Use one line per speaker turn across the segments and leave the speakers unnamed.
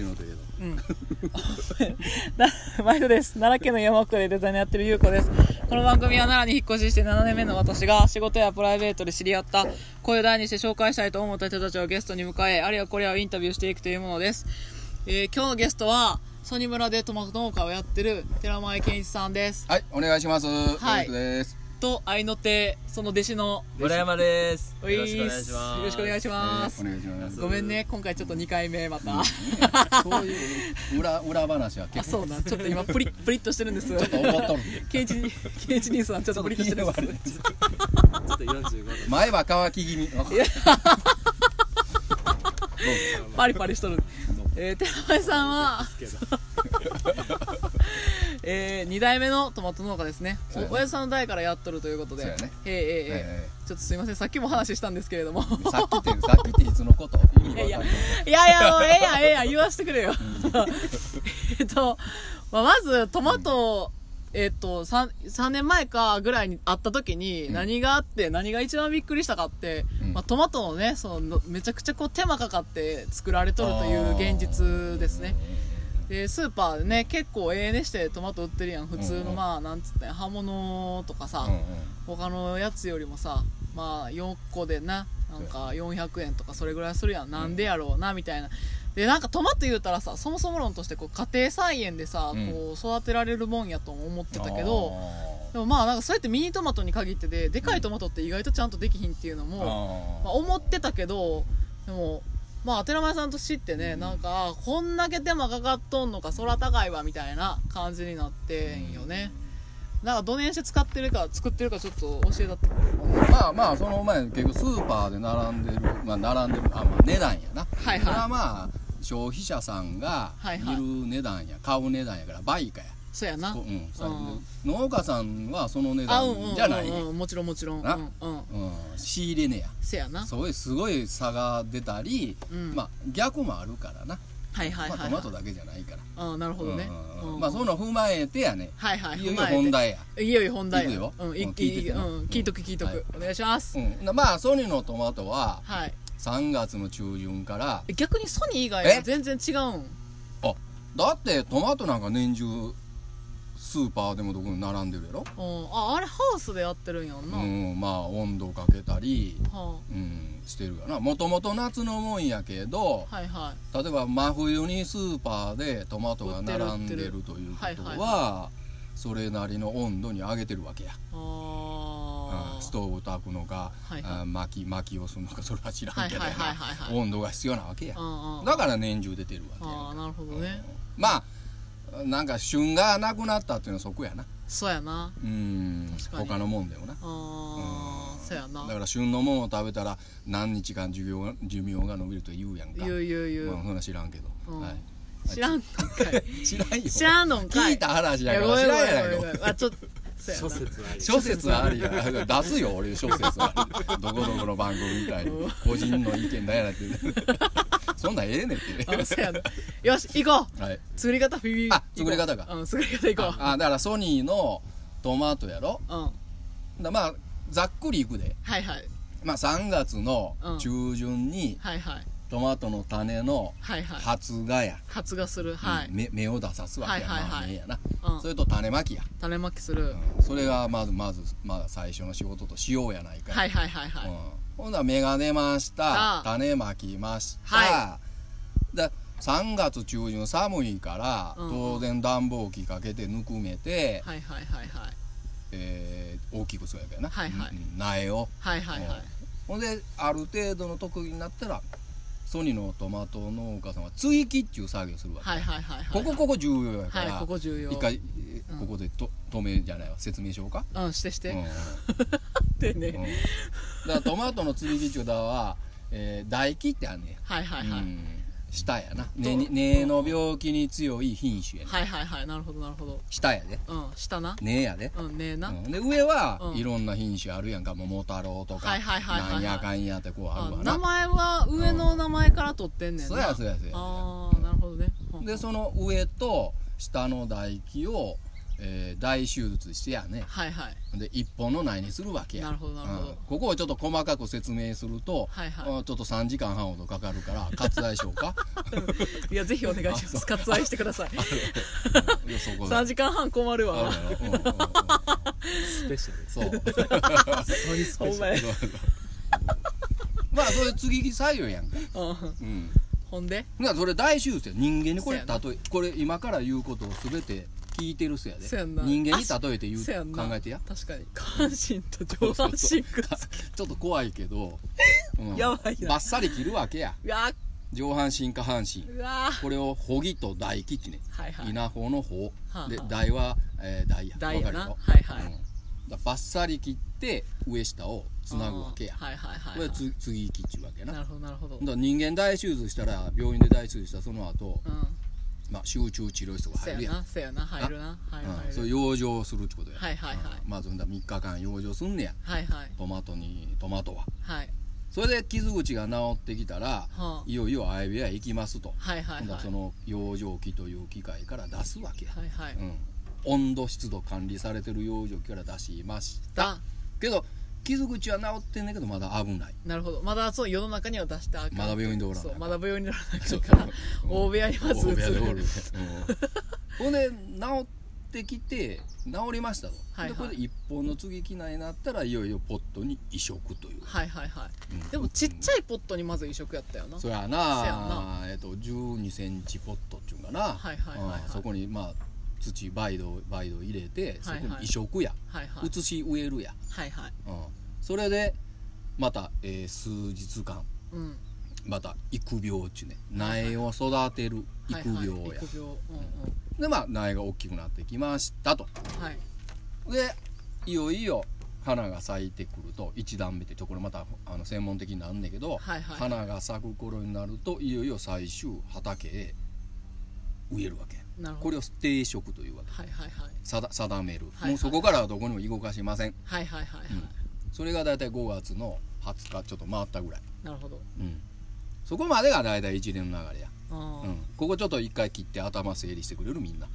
うん。だ 毎度です。奈良県の山奥でデザインやってるゆうこです。この番組は奈良に引っ越しして7年目の私が仕事やプライベートで知り合った声を大にして紹介したいと思った人たちをゲストに迎え、あるいはこれをインタビューしていくというものです。えー今日のゲストは、ソニ村でトマト農家をやってる寺前健一さんです。
はい、お願いします。お
はい
肉です。
と、愛の手、その弟子の、
村山です。よろしくお願いします。
よろしくお願いしま
お
す。
願いします。
ごめんね、今回ちょっと2回目また。
そういう裏裏話は
あ、
結構
そうなん。ちょっと今プリッ、プリッとしてるんです。
ちょっと怒っとるんで。
ケンイチに、ケンイチ兄さん、ちょっとブリッとしてるんです。
ちょっと45度。
前は乾き気味。
パリパリしとる。えー、寺前さんは、えー、2代目のトマト農家ですね。
そうやね
お親父さんの代からやっとるということで。
そうやね
えーえーえ
え
ーちょっとすいません、さっきもお話ししたんですけれども。
えさっきってさっきっていつのこと。意味わかんない
いやいやいや、もうええやん、ええやん、言わしてくれよ。えっと、まあ、まず、トマト、えっと、3, 3年前かぐらいに会った時に
ん
何があって、何が一番びっくりしたかって、
うん
まあ、トマトのねそのめちゃくちゃこう手間かかって作られとるという現実ですねでスーパーでね結構ええねしてトマト売ってるやん普通
うん
の
うん
まあなんつったんや刃物とかさ、
うんうん。
他のやつよりもさまあ4個でななんか400円とかそれぐらいするやんなんでやろうなみたいなでなんかトマト言うたらさそもそも論としてこう家庭菜園でさ、
うん
こう育てられるもんやとも思ってたけどでもまあなんかそうやってミニトマトに限ってででかいトマトって意外とちゃんとできひんっていうの
あ
も、
ー、
まあ、思ってたけどでもまあ寺前さんと知ってね、
うん
なんかあこんだけ手間かかっとんのか空高いわみたいな感じになってんよね、なんかどねんして使ってるか作ってるかちょっと教えたって
まあまあその前結局スーパーで並んでるまあ並んでるあまあ値段やな。
はいはい
それはまあ消費者さんが
はいはい
見る値段や買う値段やから倍かや。
そうやな
こうんそれで農家さんはその値
あ
段
うんうんうん
じゃない。
うんうんもちろんもちろんう
なん
う
う
ん
ん仕入れ値や。
せやな
そういうすごい差が出たり、
うん
まあ逆もあるからな、
はいはいはい、はい
まあ、トマトだけじゃないから、
あなるほどね、
うん
うん
まあそういうの踏まえてやね、
はいはい
いよい
踏
よ
まえて
本題や、
いいよいいよ本題
いくよ
うん、いい
うん聞いて
いい
て
う、
なん
聞いとく聞いとく、
はい
お願いします、
うん、なまあソニーのトマトは
はい
3月の中旬から
え逆にソニー以外は
え
全然違うん
あだってトマトなんか年中スーパーでもどこに並んでるやろ、
うん、ああれハウスでやってるんやんな、
うん、まあ温度かけたり、
は
うん、してるかなもともと夏のもんやけど
あ、はいはい
例えば真冬にスーパーでトマトが並んでるというこ
売ってる売ってるはい
と
は
はそれなりの温度に上げてるわけや、
あ
うんス
ー
トーブ炊くのか、
はいはい
あ巻き巻きをするのかそれは知らんけど
は
や
いはいはいはいは
な温度が必要なわけや
うんうん
だから年中出てるわけや
ああなるほどね
まあなんか旬がなくなったっていうのはそこやな
そうやな
うん
確かに
他のもんでもな
あーそうやな
だから旬のもんを食べたら何日間寿命が寿命が伸びると言うやんか
言う言う言
まあ、
う
そんなん知らんけど、
うん
はい
知らんのかい
知らんよ
知らんのんかい
聞いた話
い
や
や
か
ご
ら
め
知
んご
らん
め
やない
ん
け
ご
ど
めんごめんあちょっとそうやな
諸説あり。
諸説ありや 出すよ俺諸説ありどこどこの番組みたいに個人の意見だやなってそんなんええねんって
あそうやなよし行こう
はい
作り方ビビ
あ作り方か
うん作り方行こ
あだからソニーのトマトやろ
ううん
だまあざっくりいくで、
はいはい
まあ、3月の中旬に
はいはい
トマトの種の
はいはい
発芽や、
発芽するはい
うん芽芽を出さすわけや、
はいはいはい
まあ芽やな、
うん
それと種まきや、
種まきする
うんそれがまずまず、まあ、最初の仕事としようやないかい
はいはいはいは
うん
い、
ほんなら芽が出まし
あ
た
あ
種まきました、
は
で3月中旬寒いから、
うんうん
当然暖房機かけてぬくめて、
はいはいはいはい
えー大きくするやけどな、
はいはい
うんうん苗を
はいはいはい
ほんである程度の特技になったらソニーのトマト農家さんは追記っていう作業するわけ、
はいはいはいはい
ここここ重要やか
はい
ら、
ここ重要
一回、えーここでと止めじゃないわ説明しようか、
うんしてし
う
て、
んうん
ってね、
うんだからトマトの追記っていうのは、えー唾液ってあんねや
はいはいはい、
うん舌やな根に根の病気に強い品種やね
はいはいはいなるほどなるほど
舌やで
うん下な
根やで、
うんねえな、
うんで上は、
うん
いろんな品種あるやんか桃太郎とか、
はいはいはいはいはい
なんやかんやってこうあ
あ
るわな
名前は上の名前から取ってんねんな、
そうやそうやそうや
ああなるほどねうん
でその上と下の唾液をえー大手術してやね
はいはい
で一本の苗にするわけや
なるほどなるほど
うんここをちょっと細かく説明すると、
はいはい
あちょっと3時間半ほどかかるから割愛しよう か
いやぜひお願いします割愛してください
いやそこ
3時間半困る
あ
わ
るやろうんうんうん
スペシャルです
そう
ソリス
ほ
ペ
ん
シ
ま
ャ
や
そうそう まあそれ次ぎ採用やんか
うん
うん
ほんで
だからそれ大手術や人間にこれ
そやな
例えこれ今から言うことを全て聞いてるせやで
そやんな
人間に例えて言
そうやん
う
な
考えてや
確かに下半身と上半身くっつ
ちょっと怖いけど、うん
やばいな
バッサリ切るわけや
うわ
上半身下半身
うわ
これを「ほぎ」と「大吉」ね
はいはい
稲穂の穂
はあ
で
はあ
大は、えー、大や
大やな
わ
はい
か
は
る
い
よ、うんだからバッサリ切って上下をつなぐわけや、
はいはいはい
こ
はい
れつ次行きっちゅうわけな
な
だか
るほどなるほど
ら人間大手術したら病院で大手術したその後、
うん
まあ集中治療室が入
せや
るやん
なせやな入るな入る
うんそれ
入る
養生するってことや、
はいはいはい
うんまず3日間養生すんねや
はいはい
トマトにトマトは
はい
それで傷口が治ってきたら、
あ
いよいよ相部屋へ行きますと、
はいはい
今度
は
はいその養生器という機械から出すわけや、
はいはい
うん、温度湿度管理されてる養生器から出しました
あ
けど傷口は治ってんねんけどまだ危ない
なるほどまだそう世の中には出してあかん
まだ病院でおらな
そうま
あ
だ
かん
病院でおらなあか
そ
ん
う
から
うん
大部屋にまず
大部屋でお
移
る
る
うんほんで治ってきて治りましたと、
はいはい
でこれで一本の継ぎ木苗になったらいよいよポットに移植という、
はいはいはい
うん
でもちっちゃいポットにまず移植やったよな
そやな
そやな
えっと1 2ンチポットっていうんかな、
はいはいはいはい
うんそこにまあ土培土培土入れてそこ
はいはい
に移植や、
はいはい
移し植えるや、
はいはい
うん、それでまた、えー数日間
うん
また育苗っちゅうね苗を育てる
はい
育
はい
苗や、
育苗うん
でまあ苗が大きくなってきましたと
うんはい
でいよいよ花が咲いてくると1段目ってところまたあの専門的になんねんけど、
はいはい
花が咲く頃になるといよいよ最終畑へ植えるわけ
なるほ
こ
ど
れを定植というわけ
はいはいはい
定定める、
はい
もうそこからはどこにも動かしません
はいはいはいはい
それが大体5月の20日ちょっと回ったぐらい、
なるほど
うん、そこまでが大体一連の流れや、
あ
うん、ここちょっと一回切って頭整理してくれるみんな
ー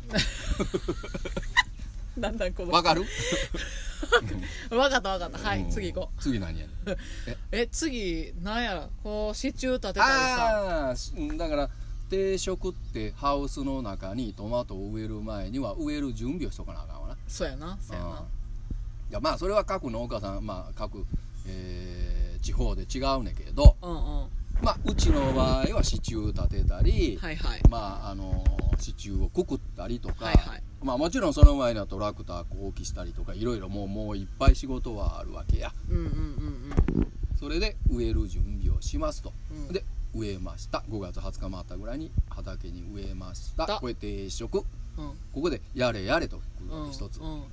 だんだんこの
わかる
わかったわかったは
う
い
ん
次行こう
次何やねん
え次なんやらこう支柱立てたりさ
ああーうんだから定食ってハウスの中にトマトを植える前には植える準備をしとかなあかんわな
そうやなそうや
うん
ない
やまあそれは各農家さん、まあ、各、えー地方で違うねんけど、
うんうん
まあ、うちの場合は支柱立てたり、
はいはい
まああの支柱をくくったりとか、
はいはい
まあ、もちろんその前にはトラクター後期したりとかいろいろもうもういっぱい仕事はあるわけや
うんうんうん
それで植える準備をしますと、
うん
で植えました5月20日回ったぐらいに畑に植えまし
だ
たこれ定食こ
うん
こでやれやれと来る
うん
わ
うん
け一つ、
うん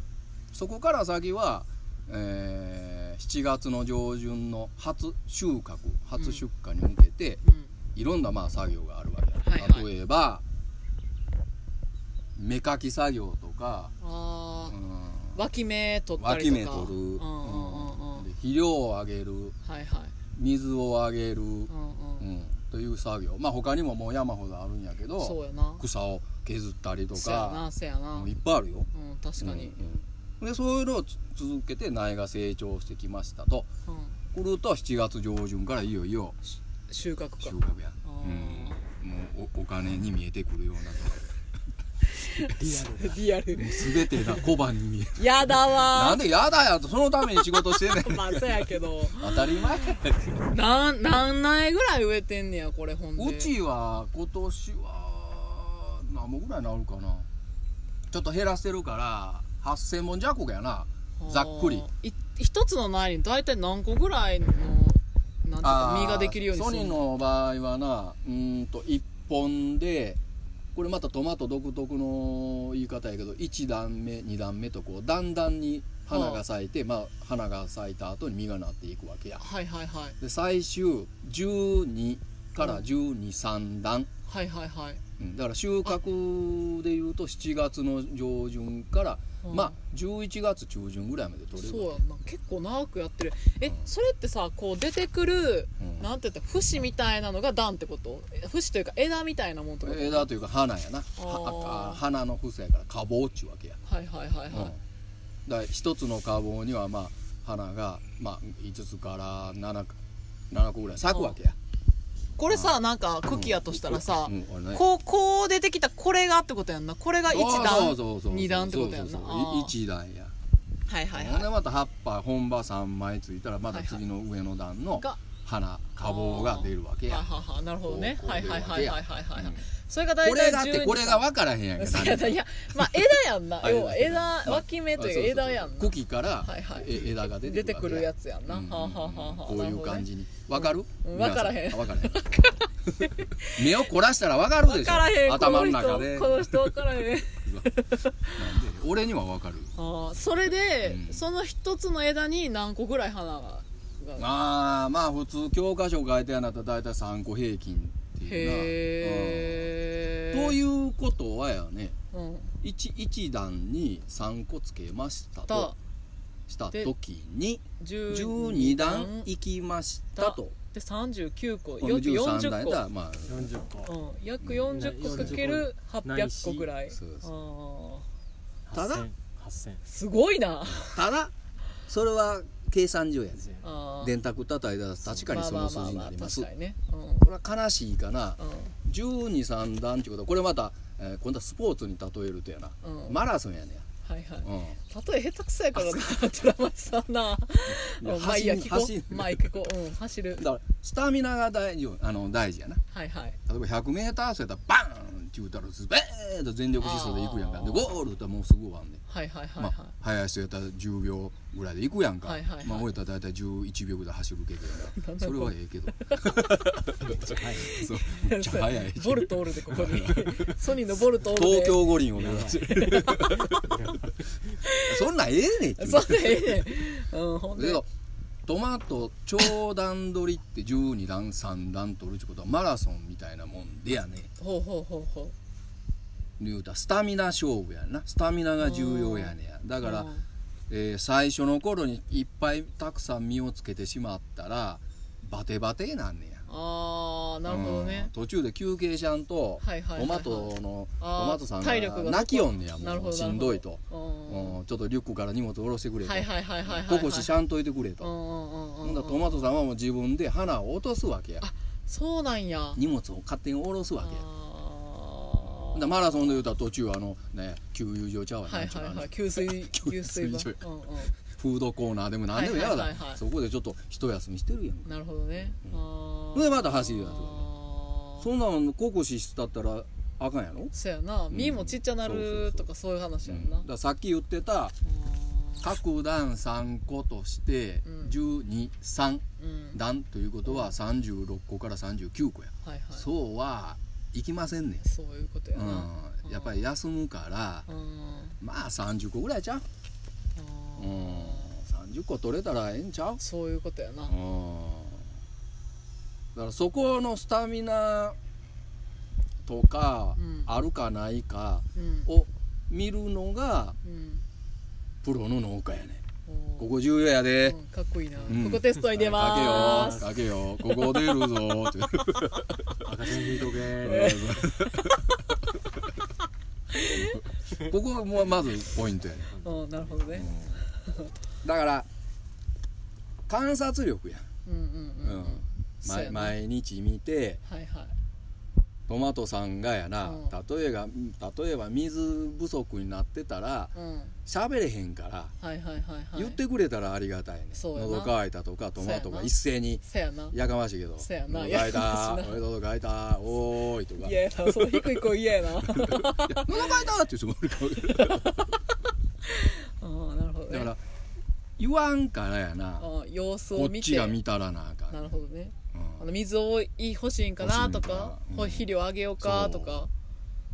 そこから先は、えー7月の上旬の初収穫初出荷に向けて、いろんなまあ作業があるわけだ、
はいはい
例えば芽かき作業とか、
あ
う
ー
ん
脇芽取った
わ
りと
き
か
芽取る、
うんうんうんうん
で肥料をあげる
はいはい
水をあげる、うん
うんうん
という作業まあ他にももう山ほどあるんやけ
そう
ど
やな
草を削ったりと
そうや
か
なそうやな
も
う
うんいっぱいあるよ
確かに
うんうんでそういうのをつ続けて苗が成長してきましたと
うん
来ると7月上旬からいよいよ
収穫か
収穫や
あ
うんもうおお金に見えてくるような
リアル
リアル
全てが小判に 見える
やだ
な
わ
んでやだよとそのために仕事してんねん
ーまあそうやけど
当たり前
なん何苗ぐらい植えてんねやこれほんで
うちは今年は何本ぐらいなるかなちょっと減らしてるから8000本弱やなざっくり
あーい一つの苗に大体何個ぐらいのなんていうか
ー
実ができるように
ソ
す
ニー
るの
の場合はなうーんと1本でこれまたトマト独特の言い方やけど1段目2段目とこうだんだんに花が咲いて、まあ、花が咲いた後に実がなっていくわけや
はいはいはい
で最終12から123段、
はいはいはい
うんだから収穫でいうと7月の上旬から
うん
まあ11月中旬ぐらいまで取れる
そう
わ
や
け
んな結構長くやってるえ、
うん
それってさこう出てくる、
うん
なんて言ったら節みたいなのが段ってことえ節というか枝みたいなもんってことか
枝というか花やなは
あー
あ花の房やから花房っちゅうわけや、
はいはいはい
うん
はい、
だから一つの花房にはまあ花が、まあ、5つから7か7個ぐらい咲くわけや
これさなんか茎やとしたらさ、
うんうんあれね
こうこう出てきたこれがってことやんなこれが1
そう
段
そうそうそう
2段ってことやんな
そうそうそう
あー
い一段や
はいはい
ほんで
は
また葉っぱ本葉3枚ついたらまた次の上の段
い
の
が
花花房が出るわけ
は
や
いはいはいなるほどね
こうこ
は
う
い
出る
は
わけ
いはい
や
はいはいはい、
うん
それが大体
これだって
12
これが分からへんやんけ
そう
何
や
か
ないやまあ枝やんな
あ
要は
枝
枝脇芽と
あそうそう
いう枝やんな
茎から、
はいはい
え枝が出て
出てくるやつやんな、
うん
はあはあはあはあ
こういう感じにわかる、
うん
皆さ
わからへん
あわからへん目を凝らしたらわかるでしょ
分からへん
頭の中で
この人この人分から へん
なんで俺にはわかるよ
ああそれで、
うん
その一つの枝に何個ぐらい花がが
まあまあ普通教科書書いてあなたら大体3個平均っていう
へ
な、
え
ということはやね
うん、
一一段に3個つけました
だ
とした時に
12
12段
段
いきましたと
で39個
この
約
13
40
段やっ
個
たらまあ
四十個、
うん、約
う
40個かける800個ぐらい
そうそう
あ
ただ
八千
あすごいな
ただそれは計算上やね
八
ああ
電卓叩いたら確かにその数字になります
まあまあまあ確かにね
これは悲しいかな
うんうん
123段ってことはこれまた、えー今度はスポーツに例えるとやな、
うん
マラソンやね
はいはい
ん、うん
例え下手くそやからな寺町さんなうんまあいいや聞こ
走る
うまあいい聞こううん走る
だからスタミナが大事あの大事やな
はいはい
例えば 100m 走やったらバーンって言うたらズベーンと全力疾走でいくやんか
あー
でゴールってもうすぐ終わんねん
はいはいはい
ま
は
あ、速い人やったら10秒ぐらいで行くやんか、
はいはいはい
まあ、俺やったら大体11秒ぐらい走るけど
ん
な
だ
それはええけど そうめっちゃ 速い
いボルトおるでこ こにソニーのボルトおるで
東京五輪を 目指してそんなんええねんって
そんなええねんうんほん
だ
で
けどトマト長段取りって12段3段取るってことはマラソンみたいなもんでやね
ほうほうほうほ
言うたらスタミナ勝負やなスタミナが重要やねやだ
う
から、
うん
えー最初の頃にいっぱいたくさん実をつけてしまったらバテバテなんねや
ああなるほど
うん
ね
途中で休憩しゃんと
はいはいは
ト
いは
マ
い
トのト
あー
マトさんが
体力が
泣きよんねや
なる
も
ほ
う
ど
し
なる
ん
ほど
どいと、
うん
うんちょっとリュックから荷物下ろしてくれと、
はいはいはいはいはいはい
ここししゃんといてくれと、
うんうんうん
ほん
う
だらト
ん
マトさんはもう自分で花を落とすわけや
あそうなんや
荷物を勝手に下ろすわけや
あ
ほんだらマラソンで言うたら途中あのね給油所ちゃうわ
ーは
ないんちゅうの
は
あ
い
の
はい給水給
給
水
水
場
所
うんうん
フードコーナーでも何でもやだ、
はいはいはいはい
そこでちょっと一休みしてるやん
なるほどね。あー
それでまた走るやつだね
あー
そんなの酷使したったらあかんやろ、
そやな、
ん
身もちっちゃなるとかそういう話
う
や
ん
んな。
だからさっき言ってた
あ
各段3個として
うん
123
ーうん。
段ということは36個から39個や、
はいはい。
そうはいきませんねん
そういうことやな。
うん、やっぱり休むから
うん。
まあ30個ぐらいちゃう、
あ
う
ー
ん、30個取れたらええんちゃう、
そういうことやな。
うん、だからそこのスタミナとか
うん
あるかないか
うん。
を見るのが
うん。
プロの農家やね
おー
ここ重要やで、
うんかっこいいな。
ん
ここテストに出まーす。
かけよかけよここ出るぞーって
赤線引いとけ
ここがもうまずポイントやね
うん、なるほどね。
だから観察力や、
うんうん
う
うんん。そう
毎
やな
毎日見て
はいはい。
トマトさんがやな、
うん
例えが例えば水不足になってたら
うん。
喋れへんから、
はいはいはいはい。
言ってくれたらありがたいね
そうやな
喉乾いたとかトマト
そうやな
が一斉に
そやな。
やかましいけど
そうやな
喉乾い
やか
た
ましいな
俺喉乾いたおーいとか
いや、その低い声嫌や な。あ
喉乾いたって言う人もおるか
あ、なるほど
らだか
ね。
ら言わんからやな
ああ様子
こ
を
っ
見
ち
て。
が見たらなあかん
なるほどね。
うん
あの水をい欲しいんかなとか
欲しいんか、な
ほ
うん
肥料あげようかとか。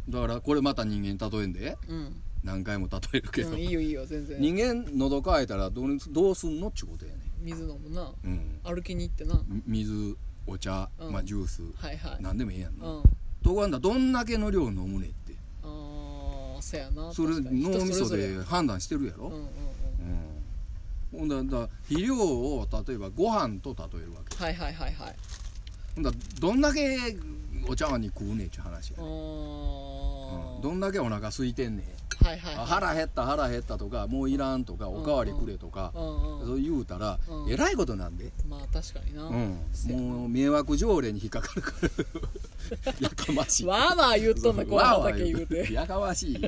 だからこれまた人間例えんで
うん。
何回も例えるけど、
うんいいよいいよ全然。
人間喉乾いたらどうどうすんのっちゅうことやね
水飲むな。
うん
歩きに行ってな。は
み水お茶、
うん
まあ、ジュース、
いはい。
何でもええやん
う
な、
ん。あ
ところがどんだけの量飲むねって
あーせやな
それ
確かに人
脳みそ
れぞれ
で判断してるや
う
ろ
んうんうん
うんほんだらだから肥料を例えばご飯と例えるわけ
はいはいはいはい
ほんだらどんだけお茶碗に食うねんっちゅう話や
うー
ね、
ん
うんどんだけお腹空いてんねん
はいはい
あ
はい
腹減った腹減ったとかもういらんとかおかわりくれとか
うんう
そ
ん
う言うたら
うん
えらいことなんで
まあ確かにな、
う
せ
ん
やな
もう迷惑条例に引っかかる からやかましい
わーわー言っとんだこんなだけ言う
わーわー
て
やかましい